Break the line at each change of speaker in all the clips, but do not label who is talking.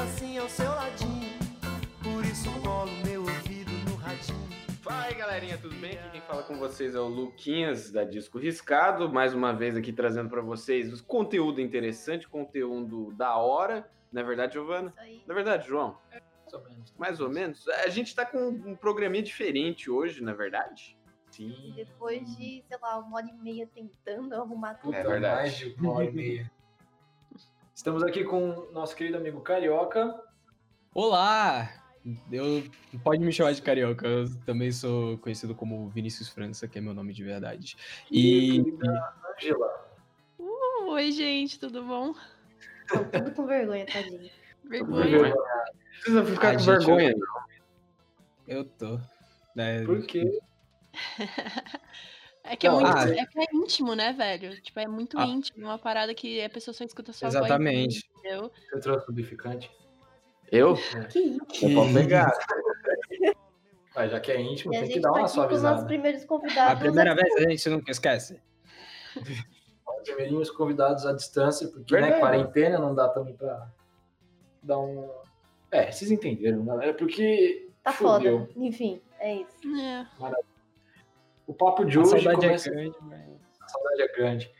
assim
com vocês é o Luquinhas da Disco Riscado, mais uma vez aqui trazendo para vocês os conteúdo interessante, conteúdo da hora. Na verdade, Giovana?
Isso aí.
Na verdade, João,
Mais ou menos.
mais ou menos. A gente tá com um programinha diferente hoje, na verdade.
Sim.
Depois de, sei lá, uma hora e meia tentando arrumar tudo.
É verdade.
mais de uma hora e meia. Estamos aqui com o nosso querido amigo Carioca.
Olá! Eu, pode me chamar de carioca, eu também sou conhecido como Vinícius França, que é meu nome de verdade.
E a
E
querida Angela.
Oi, gente, tudo bom?
Estão tudo com vergonha, tadinho.
Não
Vergonha.
precisa ficar
A
com
gente-
vergonha.
eu tô. né,
Por quê?
É que é
Não,
muito.
ah,
é que é íntimo, né, velho? Tipo, é muito
Ah.
íntimo, uma parada que a pessoa só escuta sua
Exatamente.
voz. Entendeu?
Você trouxe lubrificante?
Eu?
Que isso.
Que-
Pode pegar.
Mas já que é íntimo,
E a
tem que
gente
dar
tá
uma
aqui com os nossos
suavizada. né?
primeiros
A
convidados.
primeira vez a gente nunca esquece.
Primeirinho os convidados à distância, porque né,
Verdade.
quarentena não dá também pra dar um. É, vocês entenderam, galera, porque
Tá
fudeu.
foda. Enfim, é isso.
É.
o papo de
A
hoje
saudade é
começa
grande, mas...
saudade é grande.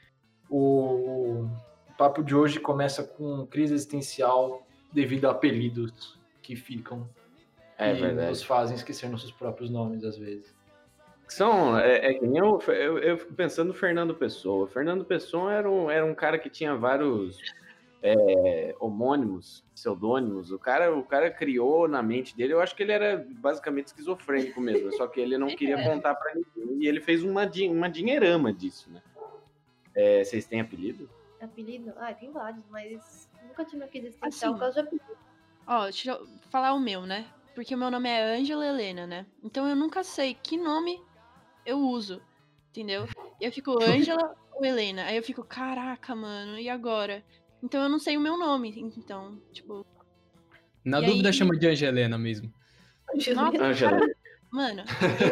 O o papo de hoje começa com crise existencial devido a apelidos que ficam
É
e
verdade.
nos fazem esquecer nossos próprios nomes às vezes.
São, é, é que nem eu, eu, eu fico pensando no Fernando Pessoa. Fernando Pessoa era um, era um cara que tinha vários é, homônimos, pseudônimos. O cara, o cara criou na mente dele, eu acho que ele era basicamente esquizofrênico mesmo, só que ele não queria contar pra ninguém. E ele fez uma, din- uma dinheirama disso, né? É, vocês têm apelido?
Apelido? Ah, tem vários, mas nunca tive aquele especial
Assim.
por causa de apelido.
Ó, deixa eu falar o meu, né? Porque o meu nome é Ângela Helena, né? Então eu nunca sei que nome eu uso, entendeu? E Eu fico Ângela ou Helena. Aí eu fico, caraca, mano, e agora? Então eu não sei o meu nome, então, tipo,
Na
E
dúvida
aí?
chama de Angelena mesmo.
um
Nossa.
Ângela.
mano,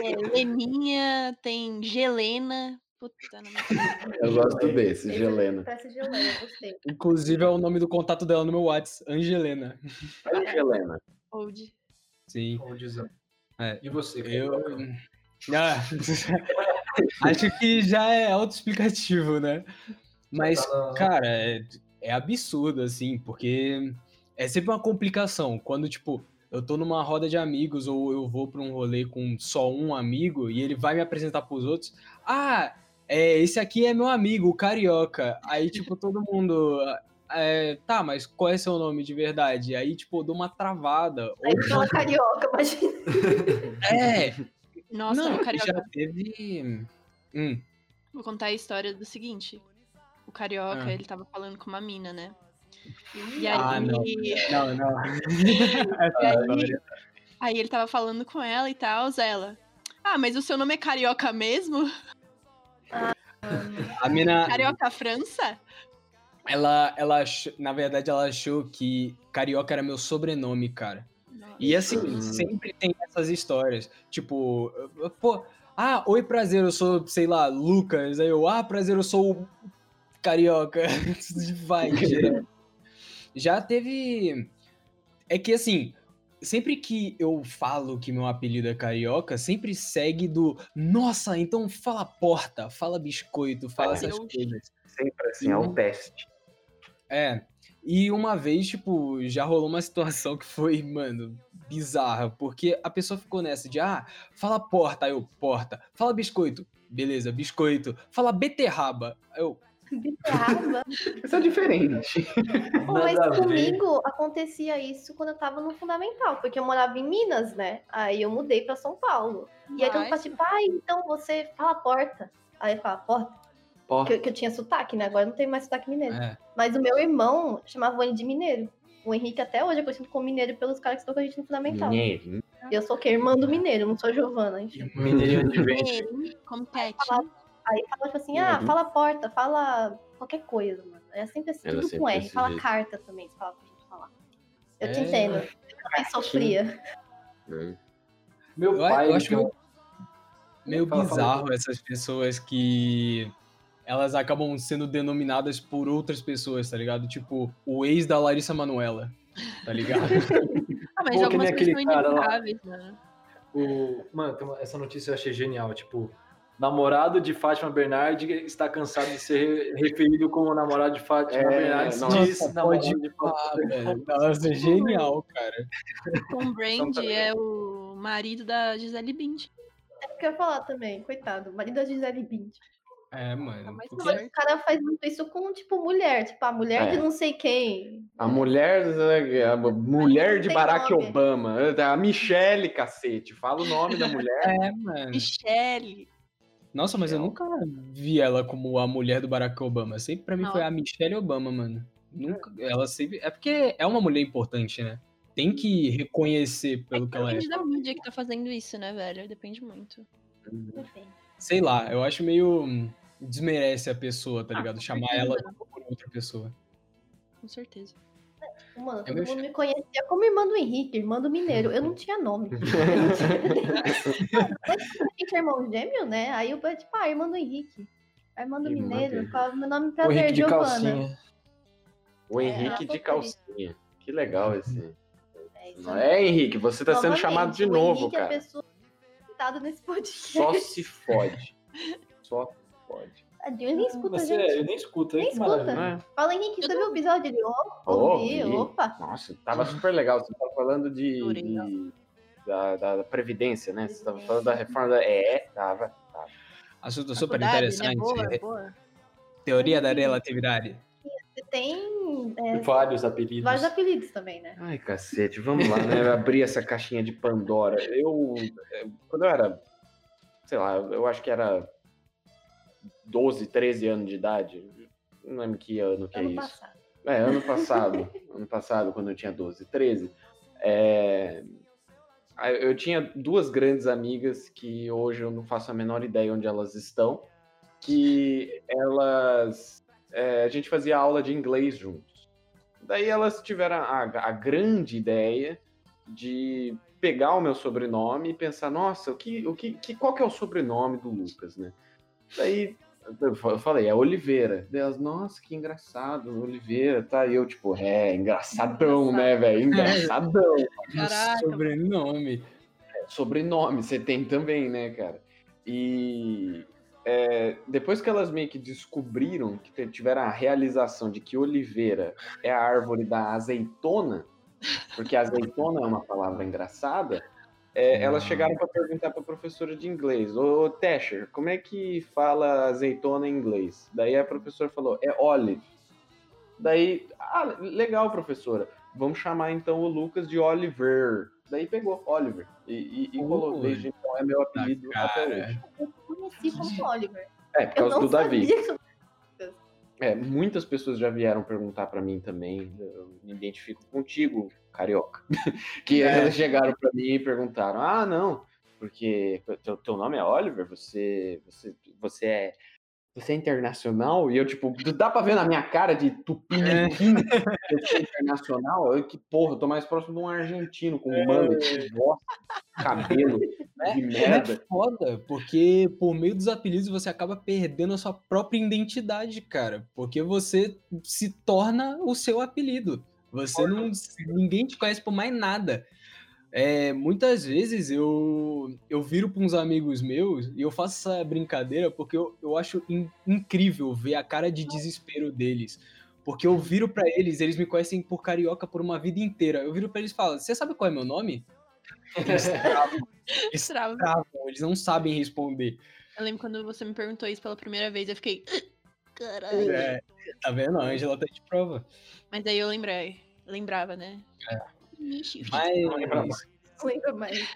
é Leninha, tem Gelena. Puta, não me
Eu gosto desse,
Esse
Gelena.
Parece Gelena, gostei.
Inclusive é o nome do contato dela no meu WhatsApp, Angelena.
Angelena.
Old.
Sim.
Como dizem.
É.
E você?
Eu.
Carioca?
Ah, acho que já é autoexplicativo, né? Mas,
Tá na-
cara, é, é absurdo, assim, porque é sempre uma complicação. Quando, tipo, eu tô numa roda de amigos ou eu vou pra um rolê com só um amigo e ele vai me apresentar pros outros. Ah, é, esse aqui é meu amigo, o Carioca. Aí, tipo, todo mundo. é, tá, mas qual é seu nome de verdade? Aí, tipo, eu dou uma travada.
Aí
Ou-
fala carioca, imagina.
é,
Nossa,
não, é
o carioca.
já teve. Hum,
Vou contar a história do seguinte. O carioca,
Ah.
ele tava falando com uma mina, né? E aí,
Ah, não. não, não.
aí,
tá
aí ele tava falando com ela e tal, ela. Ah, mas o seu nome é Carioca mesmo?
A mina,
Carioca França?
ela, ela achou, na verdade, ela achou que carioca era meu sobrenome, cara. E assim,
Hum.
sempre tem essas histórias. Tipo, pô, ah, oi, prazer, eu sou, sei lá, Lucas. Aí eu, ah, prazer, eu sou o carioca. Vai, direto. Já teve. É que assim, sempre que eu falo que meu apelido é carioca, sempre segue do, nossa, então fala porta, fala biscoito, fala
Ah,
essas
eu-
coisas. um
Sempre assim, é o teste.
É. E uma vez, tipo, já rolou uma situação que foi, mano, bizarra, porque a pessoa ficou nessa de, ah, fala porta, aí eu, porta, fala biscoito, beleza, biscoito, fala beterraba, aí eu,
Beterraba.
Isso é diferente.
Pô,
Nada a
Mas
ver.
comigo acontecia isso quando eu tava no fundamental, porque eu morava em Minas, né? Aí eu mudei pra São Paulo. E aí todo mundo fala tipo, ah, então você fala porta. Aí eu falo, porta.
Porta.
Que, que eu tinha sotaque, né? Agora eu não tenho mais sotaque mineiro.
é,
Mas o meu irmão chamava o ele de mineiro. O Henrique até hoje é conhecido como mineiro pelos caras é que estão com a gente no fundamental.
Ninguém.
E Eu sou que é irmã do mineiro, não sou Giovana,
Uhum.
enfim.
Mineirinho de vento.
Mineirinho, como pet.
Aí fala tipo assim, ah,
Uhum.
fala porta, fala qualquer coisa, mano. É sempre assim,
Era
tudo com
sempre
R.
desse
Fala
jeito.
carta também, se fala pra gente falar. Eu te
É.
entendo. Eu também sofria.
Meu
Eu-
pai.
eu acho é
então,
meio
Fala, fala.
bizarro essas pessoas que elas acabam sendo denominadas por outras pessoas, tá ligado? Tipo, o ex da Larissa Manoela, tá ligado?
Ah, mas
Pô, que
algumas né?
nem
coisas são
aquele cara lá.
inevitáveis, mano.
um- o... Mano, tem uma- essa notícia eu achei genial. Tipo, Namorado de Fátima Bernardi está cansado de ser referido como namorado de Fátima
É,
Bernardes.
nossa,
diz namorado
pode
de Fátima
Ah, velho. Nossa, genial, cara.
Tom Brand
também.
é o marido da Gisele Bündchen.
É Eu quero falar também, coitado. Marido da Gisele Bündchen.
É, mano.
Mas
porque-
não,
Mas O cara um faz muito isso com, tipo, mulher. Tipo, a mulher
É.
de não sei quem.
A mulher, né, a mulher de
Tem
Barack
nome.
Obama, a Michelle, cacete, fala o nome da mulher.
É, mano.
Michelle.
Nossa, mas eu nunca vi ela como a mulher do Barack Obama. Sempre pra mim foi
Não.
a Michelle Obama, mano. Nunca, ela sempre. É porque é uma mulher importante, né? Tem que reconhecer pelo que ela é.
Depende da mídia que tá fazendo isso, né, velho? Depende muito.
Enfim.
Sei lá, eu acho meio. hum, Desmerece a pessoa, tá
Ah,
ligado?
com
Chamar
certeza.
ela como outra pessoa.
Com certeza.
Mano,
Eu
todo
vejo-
mundo me conhecia como irmã do Henrique, irmã do Mineiro. Eu não tinha nome. Eu não tinha- Não, Mas quando a gente é irmão gêmeo, né? Aí eu falei, tipo, ah, irmã do Henrique. A irmã do
Irmã
Mineiro.
dele.
fala, meu nome
O
prazer,
Henrique de
Giovana.
calcinha.
O
É,
Henrique
eu
de
tô
calcinha. Que legal esse.
É, isso
Não é, Henrique, você tá sendo
Novamente,
chamado de
o
novo,
Henrique é a
cara.
pessoa citada nesse podcast.
Só se fode. Só se fode.
Tadinho, ele nem escuta,
Você, é,
gente.
eu nem escuto,
Nem
hein? que
escuta.
Não
maravilha.
é?
Fala, Henrique, você viu o episódio? Ele, ó,
Ô, vi.
ouvi, opa.
Nossa, tava super legal. Você tava falando de.
Adorei.
então.
de- da, da- da Previdência, né? Você tava falando da reforma da. É, tava.
Assunto super
Faculdade,
interessante.
Né? Boa, Uhum. boa.
Teoria da relatividade.
Você tem é,
Vários apelidos.
vários apelidos também, né?
Ai, cacete, vamos lá, né? Abrir essa caixinha de Pandora. Eu, eh, quando eu era, sei lá, eu acho que era 12, 13 anos de idade, não lembro que ano que é
ano
isso.
passado.
É, ano passado. ano passado, quando eu tinha 12, 13. é, a- Ah, Eu tinha duas grandes amigas que hoje eu não faço a menor ideia onde elas estão. Que elas. é, a gente fazia aula de inglês juntos. Daí elas tiveram a, a grande ideia de pegar o meu sobrenome e pensar, nossa, o que, o que, que- qual que é o sobrenome do Lucas, né? Daí eu fa- eu falei, é Oliveira. Daí elas, nossa, que engraçado, Oliveira, tá? E eu, tipo, é, engraçadão, né, velho? Engraçadão.
Caraca,
Sobrenome.
Sobrenome, você tem também, né, cara? E é, depois que elas meio que descobriram, que te- tiveram a realização de que Oliveira é a árvore da azeitona, porque azeitona é uma palavra engraçada, é, elas
Não.
chegaram para perguntar para professora de inglês, ô Tesher, como é que fala azeitona em inglês? Daí a professora falou, é olive. Daí, ah, legal, professora, vamos chamar então o Lucas de Oliver. Daí pegou Oliver e, e, e
Ui.
colou. Desde então é meu apelido até
cara.
hoje.
Eu conheci como Oliver.
É, por
Eu
causa
não
do Davi.
sabia que eu
É, muitas pessoas já vieram perguntar pra mim também. Eu me identifico contigo, carioca. que
É.
elas chegaram pra mim e perguntaram: Ah, não, porque teu, teu nome é Oliver, você, você, você é. Você é internacional? E eu, tipo, dá pra ver na minha cara de tupinha que eu sou internacional? Eu, que porra, eu tô mais próximo de um argentino com manga, de bosta, cabelo, de merda.
É foda, porque por meio dos apelidos você acaba perdendo a sua própria identidade, cara. Porque você se torna o seu apelido. Você não. Ninguém te conhece por mais nada. É, muitas vezes eu, eu viro para uns amigos meus e eu faço essa brincadeira porque eu, eu acho in- incrível ver a cara de desespero deles. Porque eu viro para eles, eles me conhecem por carioca por uma vida inteira. Eu viro para eles e falo: Você sabe qual é meu nome?
estrava.
travam, eles não sabem responder.
Eu lembro quando você me perguntou isso pela primeira vez, eu fiquei. Caralho.
É, tá vendo? A Angela tá de prova.
Mas daí eu lembrei. Lembrava, né?
É.
Ixi,
Tá Mas
não lembro mais.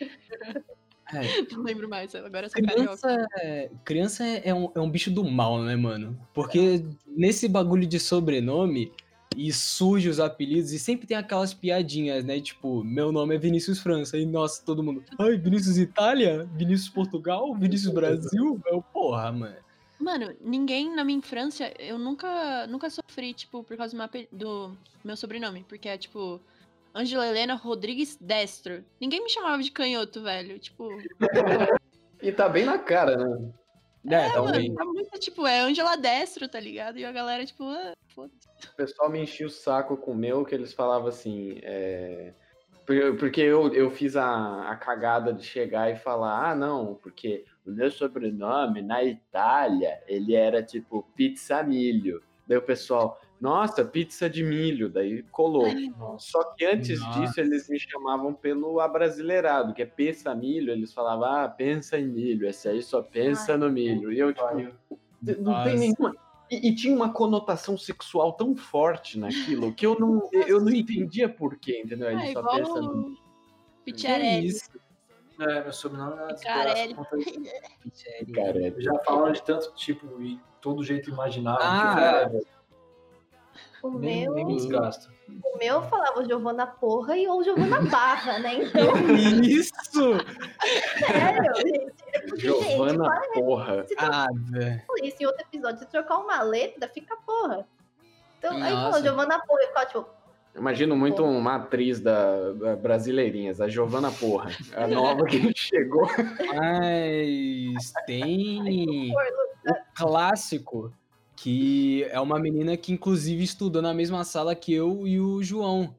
Não lembro mais. Agora eu sou carioca.
criança, criança é, um, é um bicho do mal, né, mano? Porque nesse bagulho de sobrenome e surge os apelidos e sempre tem aquelas piadinhas, né? Tipo, meu nome é Vinícius França e nossa, todo mundo, ai, Vinícius Itália, Vinícius Portugal, Vinícius Brasil, eu, porra, mano.
Mano, ninguém na minha infância, eu nunca, nunca sofri, tipo, por causa do meu, ape- do meu sobrenome. Porque é, tipo, Angela Helena Rodrigues Destro. Ninguém me chamava de canhoto, velho. Tipo,
E tá bem na cara, né?
É,
é,
também.
mano, tá muito, tipo, é Angela Destro, tá ligado? E a galera, tipo, ah, foda-se.
o pessoal me enchia o saco com o meu, que eles falavam assim. é, por- Porque eu, eu fiz a, a cagada de chegar e falar, ah, não, porque o meu sobrenome na Itália, ele era tipo pizza milho. Daí o pessoal, nossa, pizza de milho, daí colou. Só que antes
Nossa.
disso eles me chamavam pelo abrasileirado, que é pensa milho, eles falavam, ah, pensa em milho, esse aí só pensa no milho. E eu, tipo,
Pariu.
não
Nossa.
tem nenhuma. E, e tinha uma conotação sexual tão forte naquilo que eu não, eu não entendia por quê, entendeu? Ele
É
só
igual
pensa no
o Picciarelli.
é isso,
É, meu sobrenome era
Carelli.
desgraça.
Michele?
cara. é
Já falaram de tanto tipo e todo jeito imaginável.
Ah,
que, cara,
O
nem,
meu,
nem me desgasta.
o meu falava Giovana Porra e ou Giovana Barra, né? Então,
É Isso!
sério, gente,
tipo Giovana Porra.
se
Ah, velho.
trocar isso em outro episódio, se trocar uma letra, fica porra. Então, aí
Nossa.
falou Giovana Porra e ficava tipo,
Imagino muito uma atriz da, da Brasileirinhas, a Giovana Porra. A nova que chegou.
Mas tem
porra,
clássico que é uma menina que inclusive estudou na mesma sala que eu e o João.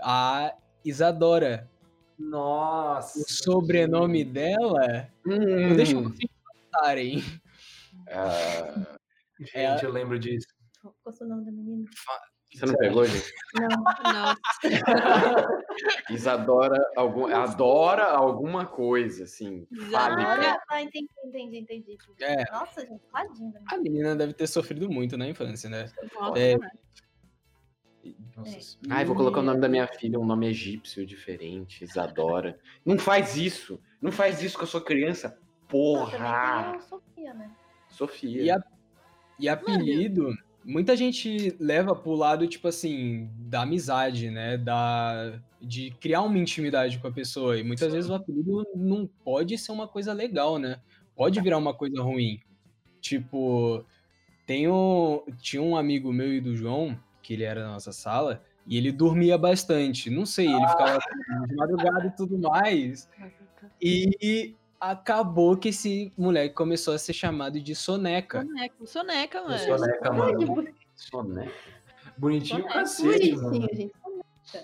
A Isadora.
Nossa.
O sobrenome dela.
Hum,
Deixa vocês passarem.
ah,
Gente, eu lembro disso.
qual que é o nome da menina?
você não pegou, gente?
Não,
Nossa,
Isadora algum, adora alguma coisa, assim. Fálica.
ah, tá, entendi, entendi, entendi. entendi.
É.
Nossa, gente, tadinha. da menina.
A menina deve ter sofrido muito na infância, né?
nossa,
É.
mano.
Nossa,
É.
Ai, vou colocar o nome da minha filha, um nome egípcio diferente, Isadora. Não faz isso! Não faz isso que eu sou criança!
Também
Porra!
tem a Sofia, né?
Sofia.
E, a- e apelido, muita gente leva pro lado, tipo assim, da amizade, né? Da, de criar uma intimidade com a pessoa. E muitas vezes o apelido não pode ser uma coisa legal, né? Pode virar uma coisa ruim. Tipo, tem um, tinha um amigo meu e do João, que ele era da nossa sala, e ele dormia bastante. Não sei, ele ficava assim, de madrugada e tudo mais. E acabou que esse moleque começou a ser chamado de soneca.
Soneca, soneca, mano.
Soneca, mano.
Soneca.
Bonitinho
É
cacete, mano.
Bonitinho, gente.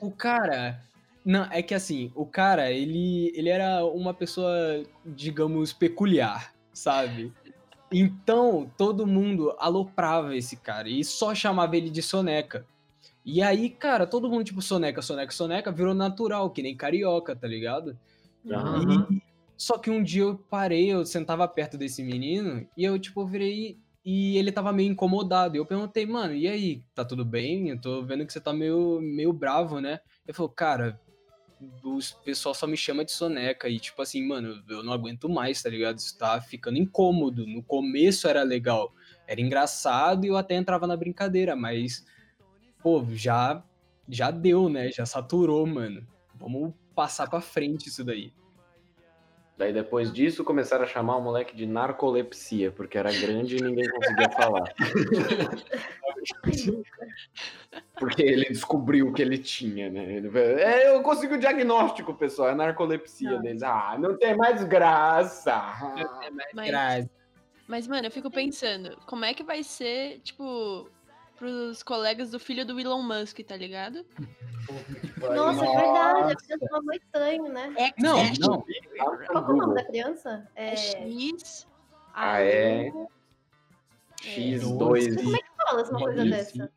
O cara. Não, é que assim, o cara, ele, ele era uma pessoa, digamos, peculiar, sabe? Então, todo mundo aloprava esse cara e só chamava ele de soneca. E aí, cara, todo mundo, tipo, soneca, soneca, soneca, virou natural, que nem carioca, tá ligado?
Aham.
Uhum.
Só que um dia eu parei, eu sentava perto desse menino e eu, tipo, virei e ele tava meio incomodado. E eu perguntei, mano, e aí, tá tudo bem? Eu tô vendo que você tá meio, meio bravo, né? Ele falou, cara, o pessoal só me chama de soneca e, tipo assim, mano, eu não aguento mais, tá ligado? Isso tá ficando incômodo. No começo era legal, era engraçado e eu até entrava na brincadeira, mas, pô, já, já deu, né? Já saturou, mano. Vamos passar pra frente isso daí.
Daí depois disso começaram a chamar o moleque de narcolepsia, porque era grande e ninguém conseguia falar. Porque ele descobriu o que ele tinha, né? Ele falou, é, eu consegui o diagnóstico, pessoal, é narcolepsia deles. Ah, não tem mais graça.
Mas, mas, mano, eu fico pensando, como é que vai ser, tipo, pros colegas do filho do Elon Musk, tá ligado?
Puta que pariu.
Nossa, é verdade, a criança tomou estranho, né?
Não, não.
Qual que é o nome da criança? É...
É X.
Ah, é.
Como
X2.
é que fala uma coisa
Sim.
dessa?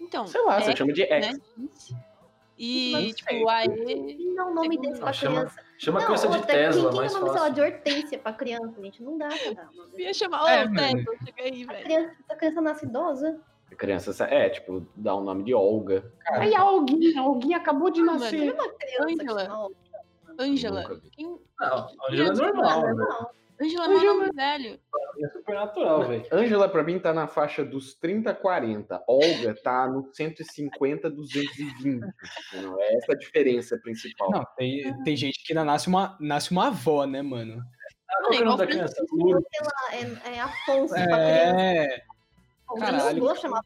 Então,
Sei lá, você
é,
chama de X.
né? X. E,
Não sei.
tipo, AE.
Não dá o nome
Segundo-
desse
Não,
pra
chama-
criança.
Chama a
não,
criança de
outra,
Tesla,
quem
mais
tem o nome, sei lá,
fácil.
de hortênsia pra criança, gente? Não dá pra dar. o nome
Ia
desse.
chamar, ô,
É,
é,
mano.
chega aí,
A
velho.
criança, a criança nasce idosa?
A criança, sa- é, tipo, dá o nome de Olga.
Aí
a Olguinha, a Olguinha acabou de
Mano, nascer.
É uma criança que
Ângela.
Tá
chama Olga,
Ângela. Quem-
Não, a Angela é normal,
não é
velho.
normal.
Ângela é meu nome velho.
É super natural, velho.
Ângela, pra mim, tá na faixa dos 30 a 40. Olga tá no 150 220. entendeu? É essa a diferença principal.
Não, tem, tem gente que ainda nasce uma, nasce uma avó, né, mano?
Ah, Qual que é o nome da
Igual
criança? Tipo, Lourdes.
Ah, É, é Afonso pra criança.
É,
Afonso.
caralho.
Meu avô chamava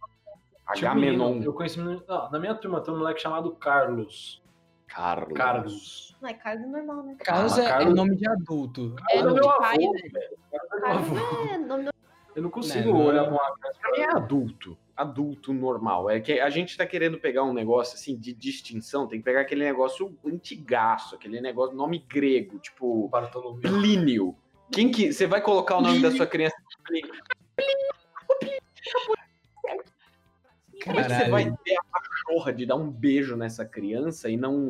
Tinha um menino,
Agamenon.
Eu conheci um menino- não, na minha turma tem um moleque chamado Carlos.
Carlos.
Carlos.
Não, é Carlos normal, né?
Carlos é,
Carlos-
é nome de adulto.
É
Era
do
o
meu
de
avô,
pai, né,
velho. Era do
Carlos
meu avô.
é nome normal.
Eu não consigo
Não, não.
olhar pra uma criança.
É adulto. Adulto normal. É que a gente tá querendo pegar um negócio assim de distinção, tem que pegar aquele negócio antigaço, aquele negócio, nome grego, tipo
um Bartolomeu.
Plínio. Quem que. Você vai colocar o nome da sua criança? Como é que você vai
Caralho.
ter a pachorra de dar um beijo nessa criança e não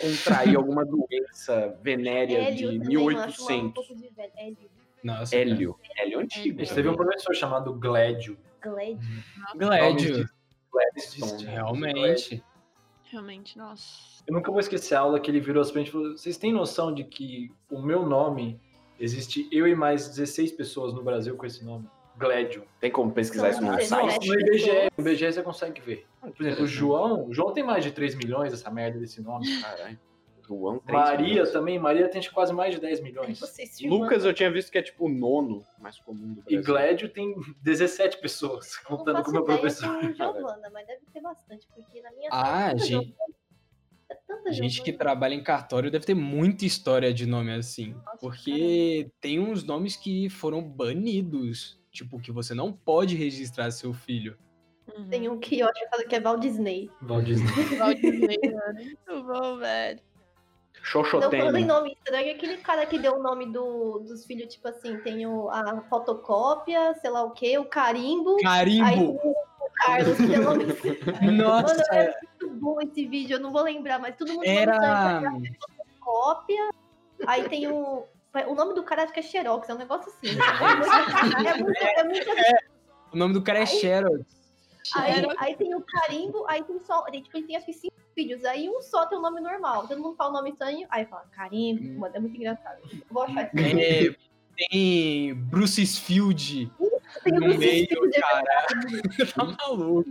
contrair alguma doença venérea
Hélio
de
também, eu acho uma- um
1800?
pouco de velho. Hélio,
Nossa. cara.
Hélio. Hélio antigo. né?
A gente teve um professor chamado Glédio.
Gled.
é
Glédio.
Gladstone.
Realmente.
Realmente, nossa.
Eu nunca vou esquecer a aula que ele virou as frente e falou: Vocês têm noção de que o meu nome existe eu e mais 16 pessoas no Brasil com esse nome? Glédio.
Tem como pesquisar isso
Não,
no
não,
site?
não.
No IBGE, no IBGE você consegue ver. Por exemplo, o João, o João tem mais de 3 milhões essa merda desse nome.
Caralho. João, três
Maria
filhos.
também, Maria tem quase mais de 10 milhões.
Vocês te
tá- Lucas
mandam.
eu tinha visto que é tipo o nono mais comum do
E
Brasil.
Glédio tem 17 pessoas,
Não
contando com o meu
faço ideia
professor.
com Giovana, mas deve ter bastante, porque na minha
Ah,
tanta
gente,
Giovana, é tanta
gente que
Giovana.
trabalha em cartório deve ter muita história de nome assim. Porque tem uns nomes que foram banidos. Tipo, que você não pode registrar seu filho.
Uhum.
Tem um que eu acho que fala que é Walt Disney.
Walt Disney.
Uhum.
né?
Muito bom, velho.
Não, falando em
Xoxotene.
nome estranho, é aquele cara que deu o nome do, dos filhos, tipo assim, tem o, a fotocópia, sei lá o quê, o carimbo, aí
Carimbo!
o o Carlos, que é o nome
Nossa!
Mano, era muito bom esse vídeo, eu não vou lembrar, mas todo mundo falando
Era.
de cópia. Aí tem o. O nome do cara acho que é Xerox, é um negócio assim. É muito, é muito,
O nome do cara é Xerox.
aí,
Xerox.
aí tem o carimbo, aí tem só. Tem, tipo, ele tem acho que cinco vídeos, aí um só tem o nome normal. Todo mundo fala o nome estranho, aí fala
Hum.
carimbo, mano, é muito engraçado. Eu Vou achar isso.
É, tem Bruce Field
Tem um é o
Hum. no
do
meio, um
Cícero,
cara. tá maluco.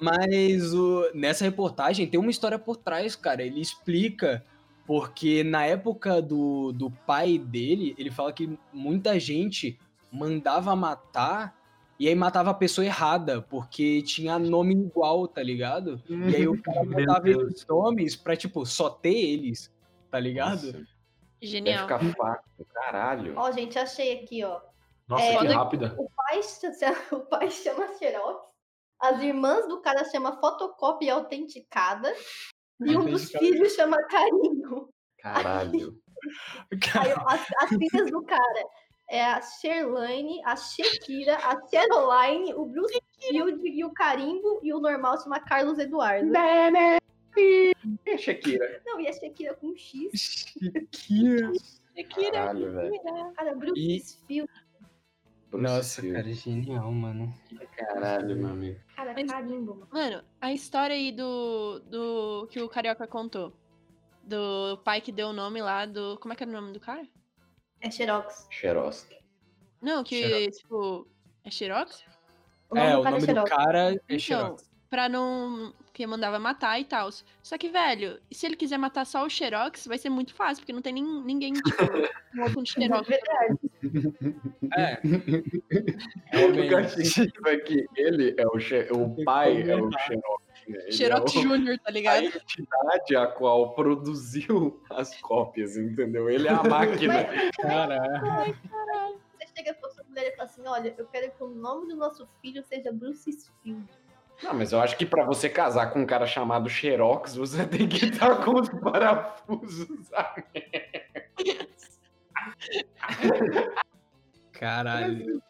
Mas o- nessa reportagem tem uma história por trás, cara. Ele explica porque na época do, do pai dele, ele fala que muita gente mandava matar e aí matava a pessoa errada, porque tinha nome igual, tá ligado? E aí o cara
Meu
mandava
Deus.
esses nomes pra, tipo, só ter eles, tá ligado?
Nossa, Deve
Genial.
ficar faca, caralho.
Ó, gente, achei aqui, ó.
Nossa,
É,
que
olha-
rápida.
O pai, cha- o pai chama Xerox, as irmãs do cara chama fotocópia autenticada e um dos
Autenticada.
filhos chama carinho.
Caralho.
Aí, ó, as, as filhas do cara é a Sherlane, a Shekira, a Caroline, o Bruce Field e o Carimbo e o normal chama Carlos Eduardo.
Quem é
né?
Shakira?
Não, e a Shekira é com X.
Chiquinha.
Caralho, velho.
tá? Cara, Bruce Field,
Bruce
Nossa,
Willis.
cara, genial, mano.
Caralho, meu amigo.
cara,
Mas-
carimbo, mano.
Mano, a história aí do, do. que o Carioca contou. Do pai que deu o nome lá do. Como é que era o nome do cara?
É Xerox.
Xeroski.
Não, que,
Xerox.
tipo. É Xerox?
O nome
É,
do
o
cara é
nome do
Xerox.
cara é
Então,
Xerox.
pra não. que mandava matar e tal. Só que, velho, se ele quiser matar só o Xerox, vai ser muito fácil, porque não tem nin- ninguém. Tipo, um outro Xerox.
É.
gatilho é que ele é o, xe... o pai, é o Xerox. né? Ele
Xerox
é o-
Júnior, tá
a
ligado?
entidade a qual produziu as cópias, entendeu? Ele é a máquina.
Mas-
Caralho.
Você chega pra sua mulher e fala assim: olha, eu quero que o nome do nosso filho seja Bruce Field.
Não, mas eu acho que pra você casar com um cara chamado Xerox, você tem que estar com os parafusos. sabe?
Caralho.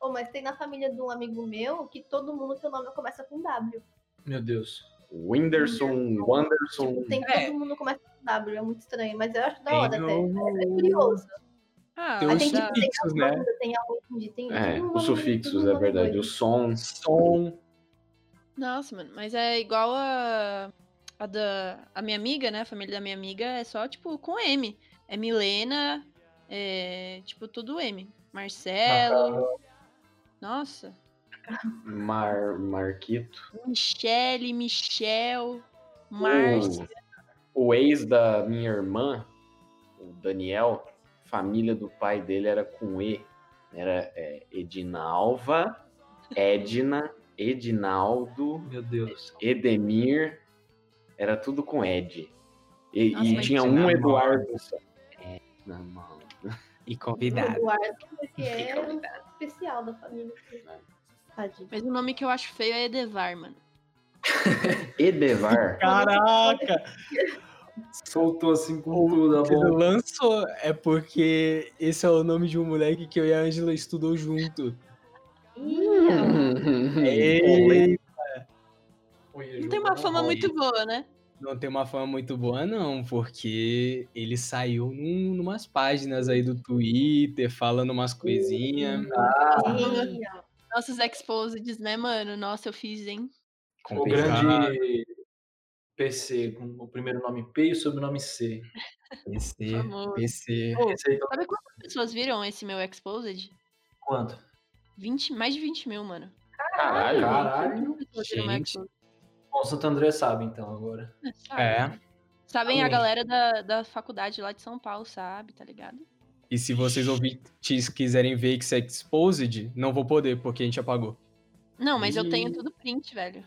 Ô, mas tem na família de um amigo meu que todo mundo que o nome começa com W.
Meu Deus.
Whindersson, Wanderson.
Tipo, tem
É.
todo mundo começa com W, é muito estranho, mas eu acho da
Tem
hora até.
o-
É curioso.
Ah,
Tem
Mas
os
tem,
tá.
tipo, tem
sufixos, né?
Wanda, tem a Wendy, tem.
É,
tem um
os
nome-
sufixos,
tem um
é
nome
verdade.
doido.
Os sons.
Som.
Nossa, mano, mas é igual a, a da a minha amiga, né? A família da minha amiga é só, tipo, com M. É Milena, é, tipo, tudo M. Marcelo, nossa,
Mar... Marquito.
Michele, Michel, Márcia.
O ex da minha irmã, o Daniel, família do pai dele era com E. Era é, Edinalva, Edna, Edinaldo,
Meu Deus.
Edemir, era tudo com Ed. E,
Nossa,
e
mas
tinha
que
um
namoro.
Eduardo só. Edna, mano.
E
O
convidado.
Eduardo, que é
Fica
um especial da família. Tadinho.
Mas o nome que eu acho feio é Edevar, mano.
Edevar.
Caraca!
Soltou assim com
Tá
tudo, a
Porque
bomba.
lançou é porque esse é o nome de um moleque que eu e a Angela estudou junto. Hum.
Ih,
Ei,
Olha,
Não
Ju,
tem uma
tá
fama
bom.
muito boa, né?
não tem uma fama muito boa, não, porque ele saiu num, numas páginas aí do Twitter, falando umas
Hum.
coisinhas.
ei,
Nossos exposeds, né, mano? Nossa, eu fiz, hein?
O grande PC, com o primeiro nome P e o sobrenome C.
PC,
Famoso.
PC.
Pô,
Esse aí tá
sabe quantas pessoas viram esse meu exposed?
quanto?
20, mais de 20 mil, mano.
Caralho.
Caralho.
Pessoas viram meu
Gente.
exposed.
Bom, o Santo André sabe então agora.
Sabe?
É.
Sabem Tá a
Amém.
galera da, da faculdade lá de São Paulo, sabe? Tá ligado?
E se vocês ouvintes quiserem ver que isso é exposed, não vou poder, porque a gente apagou.
Não, mas eu tenho
Ih.
tudo print, velho.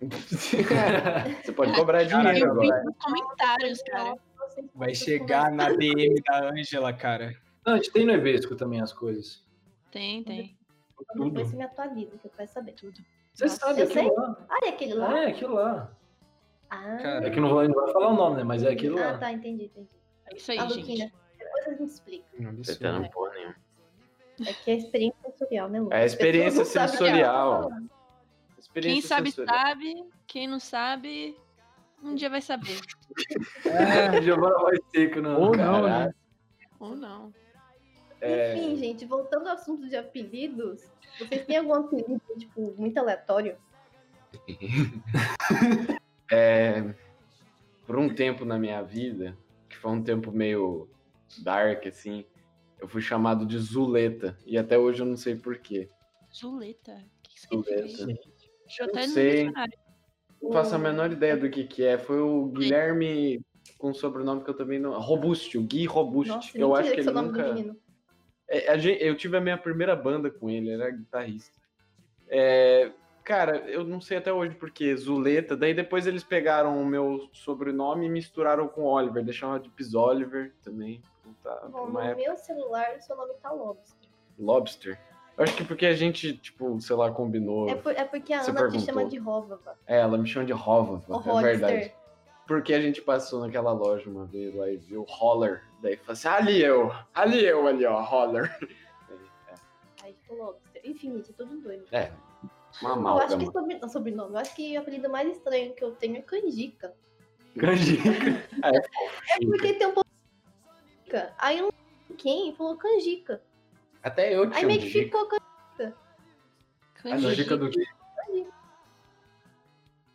É.
Você pode cobrar
Tem
dinheiro
o print
agora.
dos comentários, cara.
vocês
Vai
vão
chegar na DM da Ângela, cara.
Não, a gente tem no Evesco também as coisas.
Tem, tem.
conversar,
Tudo.
Depois você me atualiza, que eu quero saber. Tipo, Tudo.
Você
Nossa,
sabe
eu
aquilo lá.
Ah, é aquele lá?
É, aquilo lá.
Ah,
Cara,
É que não vai, não vai falar o nome, né? Mas é aquilo
ah
lá.
tá, entendi, entendi.
É isso aí,
A Luquina,
gente.
né? depois a gente explica.
Um
Você tá no porra nenhuma.
É que é experiência sensorial, né, Lu?
É a experiência
As pessoas não sabem o que tá
sensorial.
elas estão
Experiência
Quem sabe, tá-
sensorial.
sabe. Quem não sabe, um dia vai saber.
É,
Giovana vai seco, não.
Ou
cara.
não, né?
Caralho.
Ou não.
É.
falando. Enfim, gente, voltando ao assunto de apelidos, vocês têm algum apelido, tipo, muito aleatório?
É, por um tempo na minha vida, que foi um tempo meio dark, assim, eu fui chamado de Zuleta. E até hoje eu não sei porquê.
Zuleta. O que, que significa isso?
Zuleta.
Deixa eu
Não
até no
sei.
dicionário.
Não faço a menor ideia do que que é. Foi o Guilherme com um sobrenome que eu também não... Robustio, Gui Robustio.
Nossa,
eu
mentira
acho que ele
esse é o nome do
nunca...
menino.
É, a gente- eu tive a minha primeira banda com ele, era guitarrista. É, cara, eu não sei até hoje porque Zuleta. Daí depois eles pegaram o meu sobrenome e misturaram com Oliver, deixaram de Pisoliver também. não tá,
Bom, né?
uma
no
época.
meu celular, seu nome tá Lobster.
Lobster. Eu acho que porque a gente, tipo, sei lá, combinou.
É, por- é porque a
Você
Ana te chama
perguntou.
de Róvava.
É, ela me chama de Rova,
Ou
é verdade.
Rodster.
Porque a gente passou naquela loja uma vez lá e viu Holler. Daí falou assim: ali eu, ali eu, ali ó, Holler.
Aí ficou tipo, Lobster. Enfim, gente, é tudo doido.
É, uma
eu acho
amálgama.
que sobre- não, sobrenome, eu acho que o apelido mais estranho que eu tenho é Canjica. É porque tem um pouco de canjica. Aí eu não sei quem falou canjica.
Até eu
Aí
tinha
meio
um
que
jeito.
ficou canjica.
A dica
Canjica.
do que?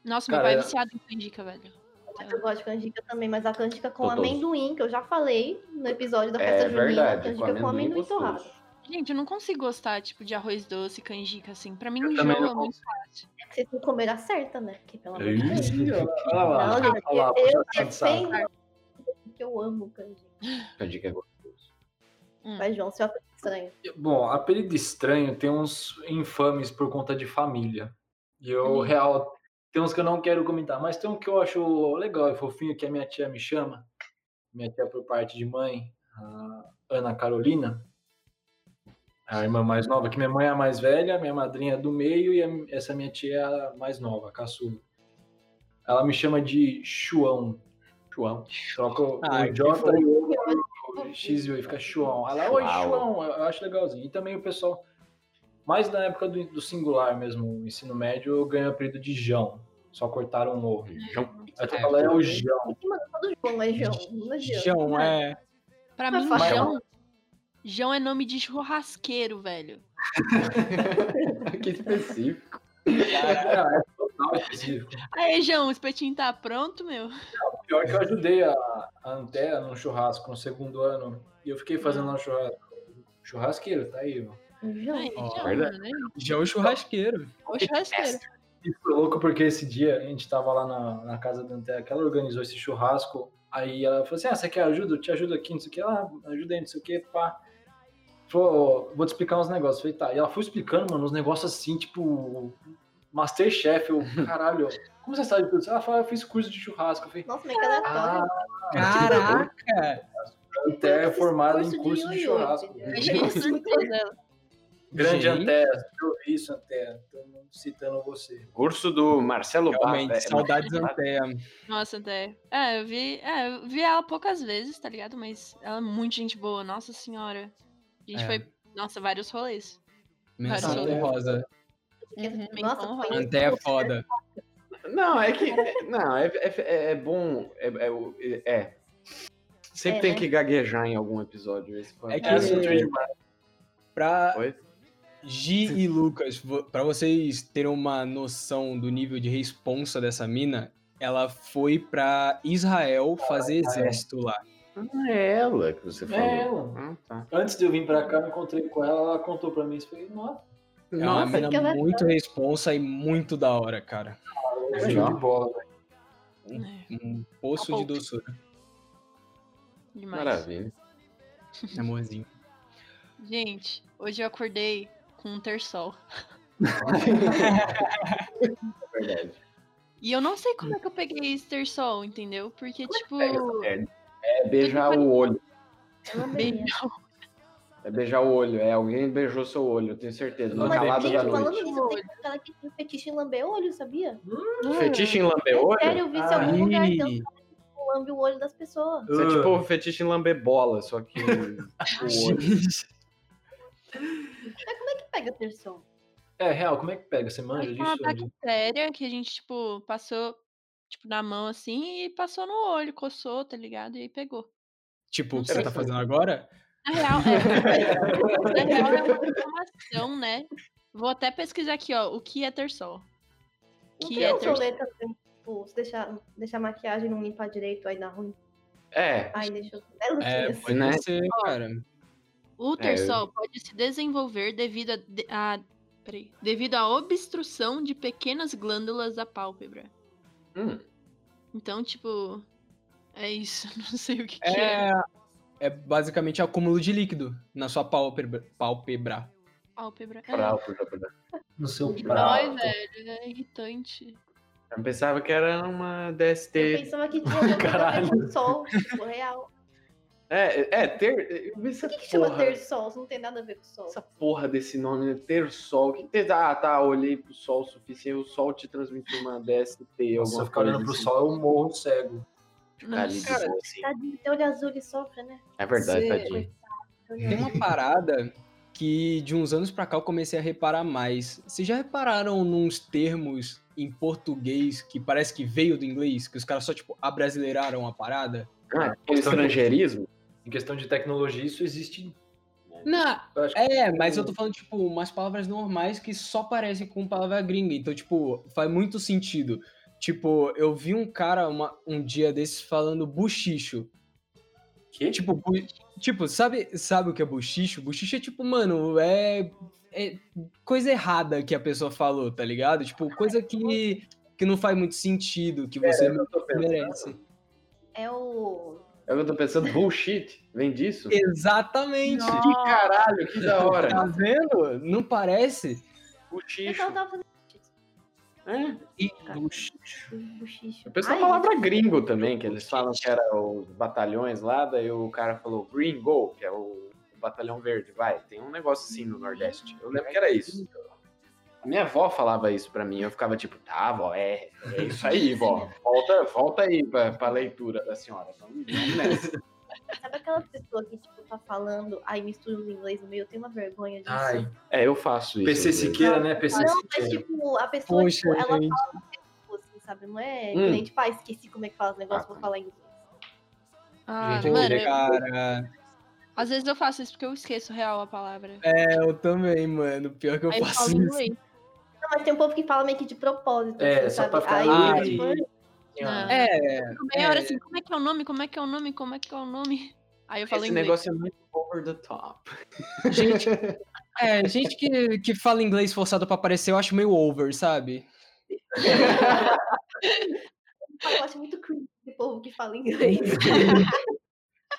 Nossa, meu
Cara,
pai é
é-
viciado em canjica, velho.
Mas eu gosto de canjica também, mas a canjica com
Gostoso.
amendoim, que eu já falei no episódio da festa
É
junina.
verdade,
canjica com amendoim é
gostoso.
torrado.
Gente, eu não consigo gostar, tipo, de arroz doce, canjica, assim. Pra mim,
Eu também
enjoa
não
muito.
É que vocês têm que comer a certa, né? Porque, pelo amor de Deus.
Ih, Olha lá,
Não,
olha
gente,
lá, olha lá.
eu
puxa de saco.
defendo que eu amo canjica.
Canjica é gostoso.
Mas, João, seu apelido é estranho.
Bom, apelido estranho tem uns infames por conta de família. E
Uhum.
eu, real, tem uns que eu não quero comentar, mas tem um que eu acho legal e fofinho que a minha tia me chama. Minha tia por parte de mãe, a Ana Carolina. A irmã mais nova, que minha mãe é a mais velha, minha madrinha é do meio e a- essa minha tia é a mais nova, a caçula. Ela me chama de Chuão. Chuão. Troca o,
Ah,
o
que
J
fofo.
e o X e o I fica Chuão. Ela, oi,
Chuau.
Chuão, eu acho legalzinho. E também o pessoal, mais na época do, do singular mesmo, o ensino médio, eu ganhei o apelido de Jão. Só cortaram o ovo. Aí tu
É,
fala, é o Jão.
Porque, mano, todo João é João. Não adianta.
João, é.
Pra
Mas
mim,
fala-
Jão... Jão é nome de churrasqueiro, velho.
que específico.
É, é total específico.
Aê, Jão, o espetinho tá pronto, meu?
Pior que eu ajudei a, a Antera num churrasco no segundo ano. E eu fiquei fazendo lá um churrasco. Churrasqueiro, tá aí, mano.
João.
Aê,
Ó,
Jão,
verdade.
né? é
João é Churrasqueiro.
O churrasqueiro.
E foi louco porque esse dia a gente tava lá na, na casa da Antera, que ela organizou esse churrasco. Aí ela falou assim: Ah, você quer ajuda? Eu te ajudo aqui, não sei o que. Ela ah, ajuda aí, não sei o que, pá. Falou, "Ó, vou te explicar uns negócios. Eu Falei, tá. E ela foi explicando, mano, uns negócios assim, tipo. Masterchef. Eu, caralho, como você sabe tudo isso? Ela falou, "Ah, eu fiz curso de churrasco. Eu falei,
Nossa, mas que aleatório.
ah,
Caraca!
a Antera é formada
Curso
em
de
curso de
ioiô,
churrasco.
entendeu?
Eu achei isso surpresa.
Grande
Gente.
Antera, eu vi isso, Antera. Estamos citando você.
Curso do Marcelo é
Realmente,
Bata.
saudades da Antea.
Nossa, até. É, eu vi, é, eu vi ela poucas vezes, tá ligado? Mas ela é muito gente boa, nossa senhora. A gente
É.
foi, nossa, vários rolês.
Menção
Cara,
honrosa.
Nossa,
Um
Então,
foi-
Antea é foda.
Não, é que. é- Não, é, é, é bom. É. é o- é. Sempre
É,
tem
né?
que gaguejar em algum episódio. Esse foi-
É que-
É, sou demais.
Pra
Oi?
Gi e Lucas, vo- pra vocês terem uma noção do nível de responsa dessa mina, ela foi pra Israel fazer exército lá.
Não é ela que você falou.
É, mano.
Ah, tá.
Antes de eu vir pra cá, eu encontrei com ela, ela contou pra mim isso. Falei, nossa,
É
Nossa,
uma
que
mina
legal.
muito responsa e muito da hora, cara.
show
Legal.
de bola, velho.
Hum.
né,
Um poço de doçura,
demais.
Maravilha.
é amorzinho.
Gente, hoje eu acordei com um terçol.
É Verdade.
E eu não sei como é que eu peguei esse terçol, entendeu? Porque, tipo,
É, é beijar o olho.
eu amei.
bem-
É beijar o olho. É, alguém beijou seu olho, eu tenho certeza. No
Mas,
calado
gente,
da
falando
noite.
nisso, eu tenho cara que tem fetiche em lamber olho, sabia?
Fetiche em lamber olho?
Sério, eu vi isso em
Ah,
algum lugar que
Ih,
eu lambe o olho das pessoas.
Isso é tipo o fetiche em lamber bola, só que. o olho.
gente.
Mas como é que pega terção?
É, real, como é que pega? Você manja
foi uma
disso?
tá
Andy?
bactéria que a gente, tipo, passou tipo, na mão assim e passou no olho, coçou, tá ligado? E aí pegou.
Tipo, o que
Não
você tá fazendo agora?
Na real, é, na real, é uma informação, né? Vou até pesquisar aqui, ó, o que é terçol.
Não
Que
tem
é
um
terçol.
rolê também, tipo, se deixar, deixar a maquiagem não limpar direito, aí dá ruim.
É.
Aí deixa eu... É,
É,
Luquinhas.
pode
Né?
ser, cara. É.
O terçol pode se desenvolver devido a, de- a- peraí, devido à obstrução de pequenas glândulas da pálpebra.
Hum.
Então, tipo, é isso. Não sei o que, que é.
É, é basicamente acúmulo de líquido na sua pálpebra. pálpebra.
pálpebra. É.
Pra, pra, pra.
No seu
Dói,
prato.
velho. É irritante.
Eu pensava que era uma
tipo, Eu
DST.
pensava que tinha alguma coisa a ver com sol, tipo, real.
É, é, ter. Essa
Por que, que chama
porra.
ter sol? Não tem nada a ver com sol.
Essa porra desse nome, né? Ter sol. Que ter... Ah, tá, olhei pro sol o suficiente. O sol te transmitiu uma DST.
Se eu
alguma
ficar
coisa
olhando pro
assim.
sol, eu morro cego.
Tá ali de
Nossa.
boa, assim.
Tadinho, tem olho azul e sofre, né?
É verdade,
Sim.
tadinho.
Olho
Tem
azul.
uma parada que de uns anos pra cá eu comecei a reparar mais. Vocês já repararam nos termos em português que parece que veio do inglês? Que os caras só, tipo, abrasileiraram a parada?
Ah, tem estrangeirismo?
Em questão de tecnologia, isso existe.
Não,
Eu acho que
é, mas eu tô falando, tipo, umas palavras normais que só parecem com palavra gringa. Então, tipo, faz muito sentido. Tipo, eu vi um cara uma- um dia desses falando buchicho.
Que?
Tipo, bu- tipo sabe, sabe o que é buchicho? Buchicho é tipo, mano, é, é coisa errada que a pessoa falou, tá ligado? Tipo, coisa que, que não faz muito sentido, que você
É, eu tô
não
pensando.
merece.
É o...
É o que eu tô pensando. Bullshit. Vem disso?
Exatamente.
Que caralho, que da hora.
Tá vendo? Não parece?
Eu
Buchicho.
tava tava fazendo
É.
E
um bochicho.
Eu penso na
Ai,
palavra gringo também, que eles falam que era os batalhões lá, daí o cara falou gringo, que é o batalhão verde, vai. Tem um negócio assim no Nordeste. Eu lembro que era isso. A minha avó falava isso pra mim, eu ficava tipo, tá, vó, é, é isso aí, vó. Volta, volta aí pra, pra leitura da senhora. Vamos vamos nessa.
Sabe aquelas pessoas que, tipo, tá falando, aí mistura os inglês no meio, eu tenho uma vergonha disso.
Ai,
É, eu faço isso.
PC
às vezes.
Siqueira, né? PC
Não, mas,
Siqueira.
tipo, a pessoa,
Poxa,
tipo, ela
gente.
fala, assim, sabe? Não é que
Hum.
nem, tipo, ah, esqueci como é que fala os negócios,
Ah,
vou
tá.
falar em inglês.
Ah,
Gente,
mano, eu-
Cara,
às vezes eu faço isso porque eu esqueço real a palavra.
é, eu também, mano. Pior que eu
Aí eu falo
faço
em
isso.
inglês.
Não, mas tem um povo que fala meio que de propósito,
É,
assim,
só
sabe?
pra ficar.
aí,
Ah,
Ai,
tipo,
Não.
É,
Fico meia hora assim, como é que é o nome? Como é que é o nome? Como é que é o nome? Aí eu falo em
Esse
inglês.
negócio é muito over the top.
gente, é, gente que, que fala inglês forçado pra aparecer, eu acho meio over, sabe?
eu acho um muito cringe esse povo que fala inglês.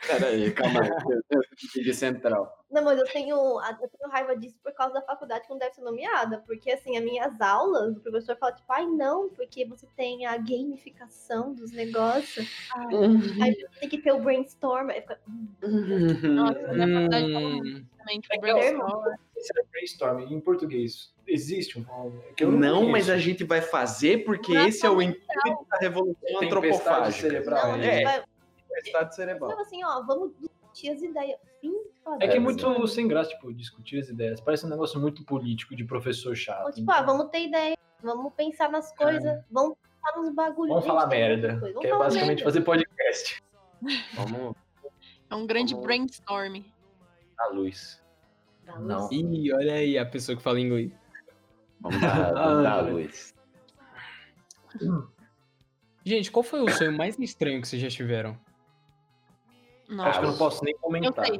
Peraí, calma aí. De central.
Não, mas eu tenho, a- eu tenho raiva disso por causa da faculdade que não deve ser nomeada. Porque, assim, as minhas aulas, o professor fala, tipo, ai, não, porque você tem a gamificação dos negócios.
Uhum.
Aí você tem que ter o brainstorm. Aí fica,
é
Nossa, na faculdade fala muito
Hum,
também, tipo,
Legal.
brainstorm.
Será que brainstorming é em português existe um nome? É que eu
Não,
conheço.
mas a gente vai fazer porque
Não,
esse é o intuito da revolução
Tempestade
antropofágica.
cerebral.
Não, a gente
É.
vai-
Tempestade
Não,
cerebral.
assim, ó, vamos discutir as ideias. Fim,
É que é
mas
muito sem graça, tipo, discutir as ideias. Parece um negócio muito político de professor chato.
Ou, tipo, ah, vamos ter ideia, vamos pensar nas coisas, vamos pensar nos bagulhos.
É. Vamos
Tipo, gente,
falar
tem muita
merda.
coisa. Vamos
Que é
falar
basicamente
merda.
fazer podcast.
Vamos
É um grande
Como-
brainstorm.
à luz.
Não.
Ih, olha aí a pessoa que fala inglês.
Vamos dar, vamos dar à luz.
Gente, qual foi o sonho mais estranho que vocês já tiveram?
Acho que eu
Nossa,
não posso nem
eu
comentar.
sei.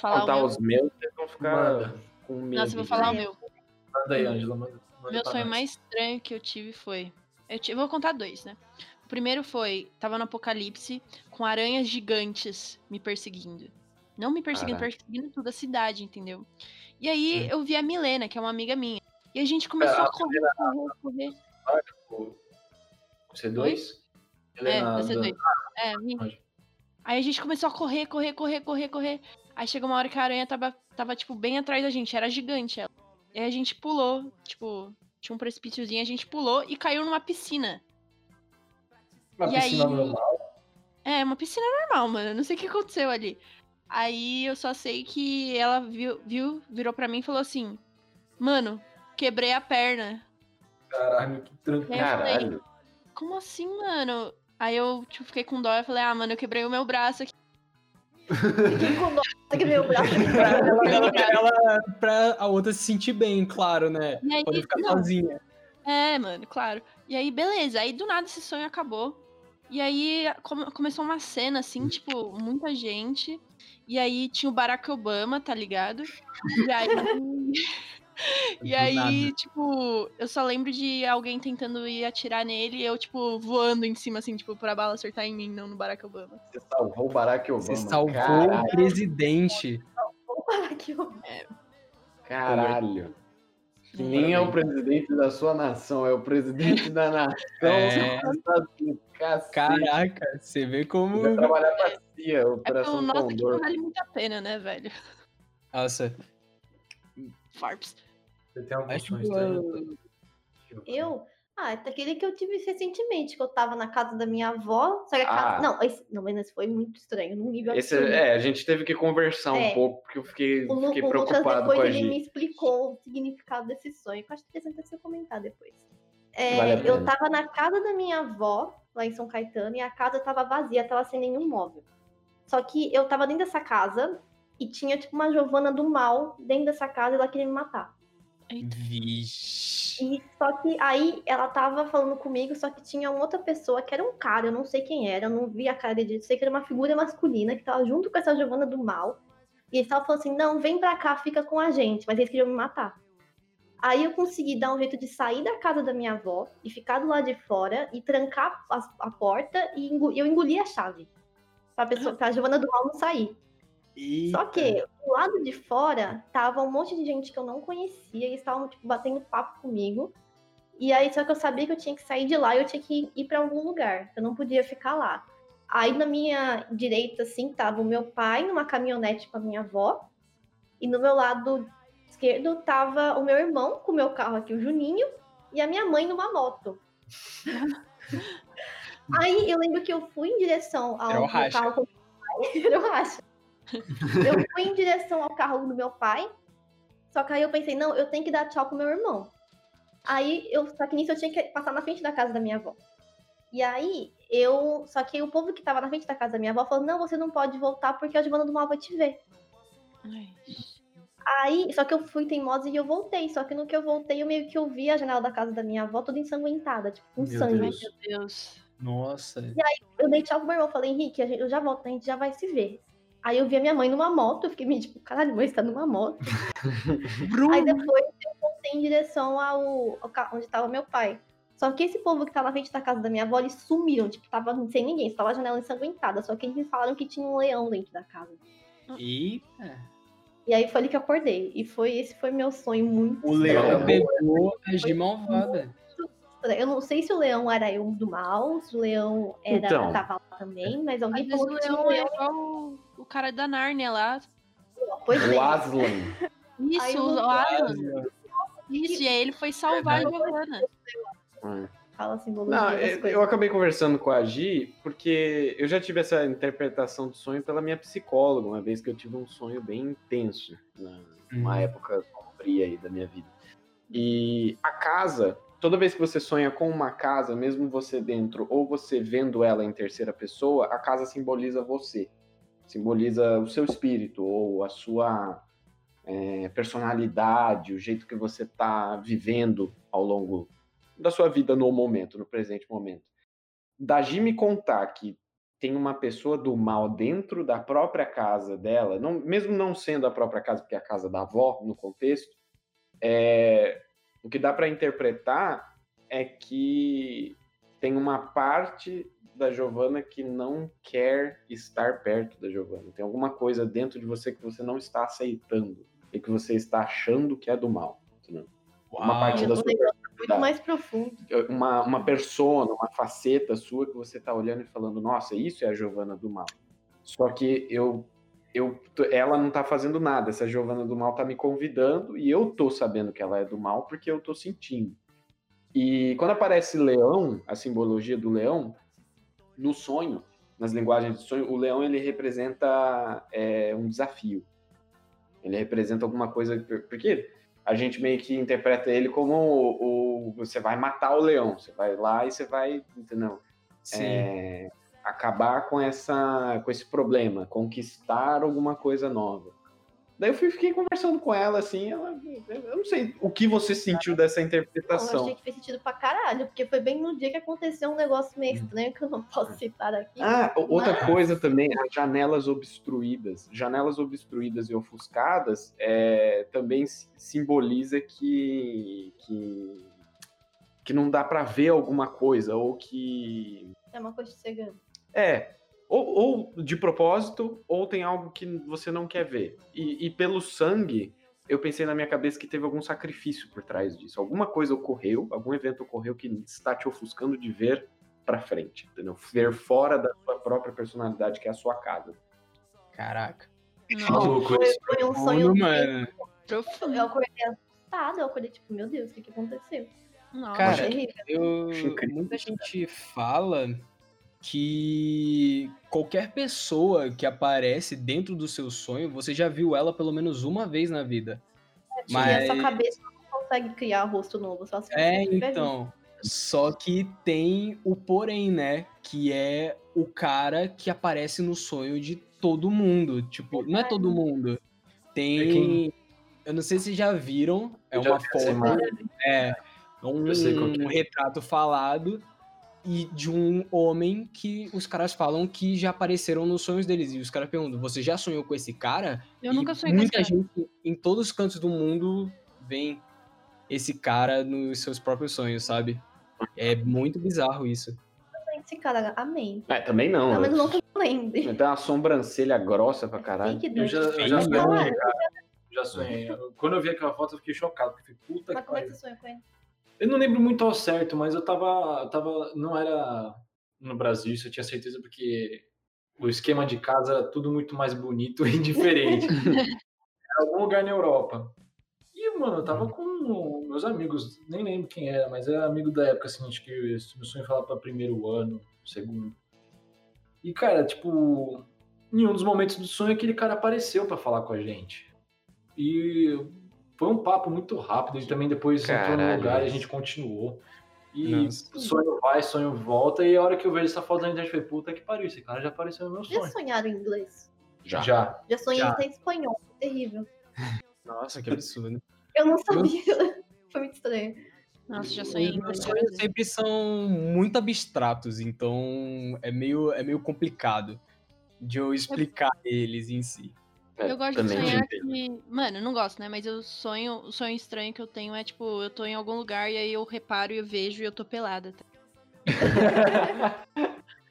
Vou
falar o
contar
meu?
os É, meus, vocês vão ficar
Manda.
com medo.
Nossa, eu vou falar o meu.
Manda aí, Ângela. Manda, manda
Hum. Meu
pra
sonho
nós.
mais estranho que eu tive foi. Eu ti- vou contar dois, né? O primeiro foi, tava no apocalipse com aranhas gigantes me perseguindo. Não me perseguindo,
Caraca.
perseguindo toda a cidade, entendeu? E aí eu vi a Milena, que é uma amiga minha. E a gente começou
a
a correr, correr, correr.
O C2?
É,
Helena
você
Dan-
dois. É, me-
Pode.
Aí a gente começou a correr, correr, correr, correr, correr. Aí chegou uma hora que a aranha tava, tava tipo, bem atrás da gente. Era gigante ela. E aí a gente pulou, tipo, tinha um precipíciozinho, a gente pulou e caiu numa piscina.
Uma
E aí-
piscina normal.
É, uma piscina normal, mano. Eu Não sei o que aconteceu ali. Aí eu só sei que ela viu, viu virou pra mim e falou assim: Mano, quebrei a perna.
Caralho, que
né?
tranquilo.
Caralho.
Como assim, mano? Aí eu tipo, fiquei com dó e falei: Ah, mano, eu quebrei o meu braço aqui.
Fiquei com dó, que meu braço.
Ela, ela- pra a outra se sentir bem, claro, né?
E aí,
Pra não ficar
não,
sozinha.
É, mano, claro. E aí, beleza. Aí do nada esse sonho acabou. E aí come- começou uma cena, assim, tipo, muita gente. E aí tinha o Barack Obama, tá ligado? E aí. e
Do
aí,
nada.
tipo, eu só lembro de alguém tentando ir atirar nele e eu, tipo, voando em cima, assim, tipo, pra bala acertar em mim, não no Barack Obama.
Você salvou o Barack Obama.
Você salvou
Caralho.
o presidente.
que eu-
Caralho. Nem é o presidente da sua nação, é o presidente da nação
É.
dos Estados Unidos. Cacete.
Caraca, você vê
Vai
como.
trabalhar pra CIA,
É
Operação
então, nossa, que não
Condor.
vale muito a pena, né, velho?
Nossa,
Farps.
Você tem algum
acho
sonho
que
estranho?
eu-
Eu? Ah, é aquele que eu tive recentemente, que eu tava na casa da minha avó. Só que a casa.
Ah.
Não, esse... não, mas esse foi muito estranho, num nível
Esse,
absurdo.
é, a gente teve que conversar um
É.
pouco, porque eu fiquei,
O, Lu-
fiquei
o Lucas
preocupado
depois
com a
ele me
gente.
explicou o significado desse sonho. que Eu acho interessante você comentar depois. É,
Vale a
eu
pena.
tava na casa da minha avó, lá em São Caetano, e a casa tava vazia, tava sem nenhum móvel. Só que eu tava dentro dessa casa e tinha tipo uma Giovana do mal dentro dessa casa e ela queria me matar.
Vixe.
E só que aí ela tava falando comigo, só que tinha uma outra pessoa que era um cara, eu não sei quem era, eu não vi a cara dele, eu sei que era uma figura masculina que tava junto com essa Giovana do mal. E eles estavam falando assim: não, vem pra cá, fica com a gente. Mas eles queriam me matar. Aí eu consegui dar um jeito de sair da casa da minha avó e ficar do lado de fora e trancar as- a, porta e engo- eu engoli a chave. Pra, pessoa, pra Giovana do mal não sair. Só que do lado de fora tava um monte de gente que eu não conhecia e estavam tipo, batendo papo comigo. E aí só que eu sabia que eu tinha que sair de lá e eu tinha que ir pra algum lugar. Eu não podia ficar lá. Aí na minha direita assim tava o meu pai numa caminhonete com a minha avó e no meu lado esquerdo tava o meu irmão com o meu carro aqui o Juninho e a minha mãe numa moto. Aí eu lembro que eu fui em direção ao
Era o
meu
racha.
carro com Era o racha. Eu fui em direção ao carro do meu pai, só que aí eu pensei, não, eu tenho que dar tchau pro meu irmão. Aí eu, só que nisso eu tinha que passar na frente da casa da minha avó. E aí eu, só que o povo que tava na frente da casa da minha avó falou, não, você não pode voltar porque a Giovana do Mal vai te ver.
Ai,
Aí, só que eu fui teimosa e eu voltei. Só que no que eu voltei, eu meio que ouvi a janela da casa da minha avó toda ensanguentada, tipo, com
Meu
sangue.
Deus.
meu Deus.
Nossa.
Eu dei tchau pro meu irmão, falei, Henrique, a gente- eu já volto, a gente já vai se ver. Aí eu vi a minha mãe numa moto, eu fiquei meio tipo, caralho, mãe, você tá numa moto.
Uhum.
Aí depois eu voltei em direção ao, ao ca- onde tava meu pai. Só que esse povo que tava na frente da casa da minha avó, eles sumiram, tipo, tava sem ninguém, só tava a janela ensanguentada. Só que eles me falaram que tinha um leão dentro da casa.
Eita.
E aí foi ali que eu acordei. E foi esse foi meu sonho muito
O
estranho.
leão pegou a gema malvada.
Eu não sei se o leão era eu do mal, se o leão era,
Então.
tava lá também, mas
Às
alguém
vezes
falou
o
que tinha um
leão é
leão.
igual o- o cara da Nárnia lá,
Pois é. bem,
O Aslan.
Aí
Isso,
eu
o
não-
Alan. Isso,
que-
e aí ele foi salvar a
Verdade.
Giovanna.
Hum.
Fala simbologia
Não,
É. das
eu,
coisas.
eu acabei conversando com a Gi, porque eu já tive essa interpretação do sonho pela minha psicóloga, uma vez que eu tive um sonho bem intenso, né? na- numa
Hum.
época sombria aí da minha vida. E a casa, toda vez que você sonha com uma casa, mesmo você dentro ou você vendo ela em terceira pessoa, a casa simboliza você, simboliza o seu espírito ou a sua é, personalidade, o jeito que você está vivendo ao longo da sua vida no momento, no presente momento. Da Gi me contar que tem uma pessoa do mal dentro da própria casa dela, não- mesmo não sendo a própria casa, porque é a casa da avó no contexto, é, o que dá para interpretar é que tem uma parte da Giovana que não quer estar perto da Giovana. Tem alguma coisa dentro de você que você não está aceitando e que você está achando que é do mal. entendeu? Uma
Uau.
parte da
Um
sua
negócio
tá.
Muito mais profundo.
uma, uma persona, uma faceta sua que você tá olhando e falando, nossa, isso é a Giovana do mal. Só que eu, eu tô- ela não tá fazendo nada, essa Giovana do mal tá me convidando e eu tô sabendo que ela é do mal porque eu tô sentindo. E quando aparece leão, a simbologia do leão, no sonho, nas linguagens de sonho, o leão ele representa é, um desafio. Ele representa alguma coisa. por- Porque a gente meio que interpreta ele como o, o- você vai matar o leão, você vai lá e você vai, entendeu?
Sim.
É, acabar com essa com esse problema, conquistar alguma coisa nova. Daí eu fui- fiquei conversando com ela assim, ela, eu não sei o que você sentiu dessa
Não, Então, eu
interpretação.
achei que fez sentido pra caralho, porque foi bem no dia que aconteceu um negócio meio estranho que eu não posso citar aqui.
Ah, o- outra
Mas-
coisa também, as janelas obstruídas. Janelas obstruídas e ofuscadas é, também si- simboliza que, que, que não dá pra ver alguma coisa, ou que.
É uma coisa chegando.
É. Ou, ou de propósito, ou tem algo que você não quer ver. E, e pelo sangue, eu pensei na minha cabeça que teve algum sacrifício por trás disso. Alguma coisa ocorreu, algum evento ocorreu que está te ofuscando de ver pra frente, entendeu? Ver fora da sua própria personalidade, que é a sua casa.
Caraca.
Nossa,
Maluco
Foi,
esse.
foi um sonho.
Mano, mano.
profundo.
Eu acordei assustada, eu acordei tipo, meu Deus, o que, que aconteceu?
Nossa.
Cara,
Terrível.
Eu,
Acho incrível.
muita gente fala que qualquer pessoa que aparece dentro do seu sonho, você já viu ela pelo menos uma vez na vida.
Mas...
mas-
a sua cabeça não consegue criar um rosto novo. Só se
É,
você tiver visto.
então. Só que tem o porém, né? Que é o cara que aparece no sonho de todo mundo. Tipo, não é todo mundo.
É
Tem.
quem-
Eu não sei se já viram. É
Eu já
uma
vi essa
foto.
imagem.
É. Um,
Eu sei qual que é.
um retrato falado e de um homem que os caras falam que já apareceram nos sonhos deles. E os caras perguntam: Você já sonhou com esse cara?
Eu
E
nunca sonhei com
Muita
esse
gente em todos os cantos do mundo vem esse cara nos seus próprios sonhos, sabe? É muito bizarro isso.
Esse cara, amém.
É, também não.
Pelo
né?
menos não que eu lembre.
Tem Então, é uma sobrancelha grossa pra caralho.
Fique
Eu
doido.
já, eu já
Não,
sonhei,
não.
cara. Já sonhei. Eu- Quando eu vi aquela foto, eu fiquei chocado. Porque eu falei, puta
Mas
que
como é que
pariu.
você sonhou com ele?
Eu não lembro muito ao certo, mas eu tava. Eu tava não era no Brasil, isso eu tinha certeza, porque o esquema de casa era tudo muito mais bonito e diferente. era algum lugar na Europa. E, mano, eu tava com meus amigos, nem lembro quem era, mas era amigo da época, assim, acho que se meu sonho falar pra primeiro ano, segundo. E, cara, tipo, em um dos momentos do sonho, aquele cara apareceu pra falar com a gente. E foi um papo muito rápido, ele também depois entrou no
Caralho.
lugar e a gente continuou. E
Nossa.
Hum. sonho vai, sonho volta, e a hora que eu vejo essa foto da internet, eu falei, puta que pariu, esse cara já apareceu no meu
Já
sonho.
sonharam em inglês?
Já.
Já.
Já sonhei
Já.
até em espanhol. Terrível.
Nossa, que absurdo. né?
Eu não sabia. Foi muito estranho.
Nossa, já sonhei
Os
em
meus sonhos
né?
sempre são muito abstratos, então é meio, é meio complicado de eu explicar eles em si.
É,
Eu gosto de
também
sonhar
tem.
que. Mano, eu não gosto, né? Mas eu sonho. O sonho estranho que eu tenho é tipo, eu tô em algum lugar e aí eu reparo e eu vejo e eu tô pelada. tá?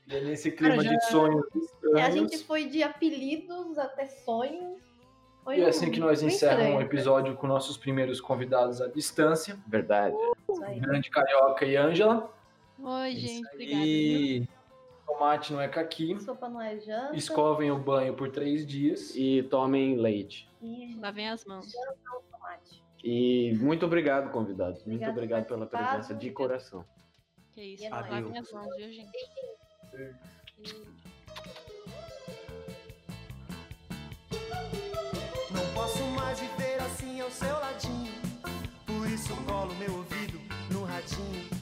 E é nesse clima
Cara, já-
de sonhos
É, a
estranhos.
gente foi de apelidos até sonhos. Foi
E é
um-
assim que nós
bem
encerramos um
estranho.
episódio com nossos primeiros convidados à distância,
Verdade.
Isso aí.
Grande Carioca e Ângela.
Oi,
É isso
gente, obrigada. viu?
E
tomate não é caqui.
Sopa não é janta.
Escovem o banho por três dias.
E tomem leite.
E
Lavem as mãos.
tomate.
E muito obrigado, convidados. Muito
Obrigada,
obrigado pela
participado.
presença de coração.
Que isso,
E é nóis.
lavem as mãos, viu, gente?
Não posso mais viver assim ao seu ladinho. Por isso colo meu ouvido no radinho.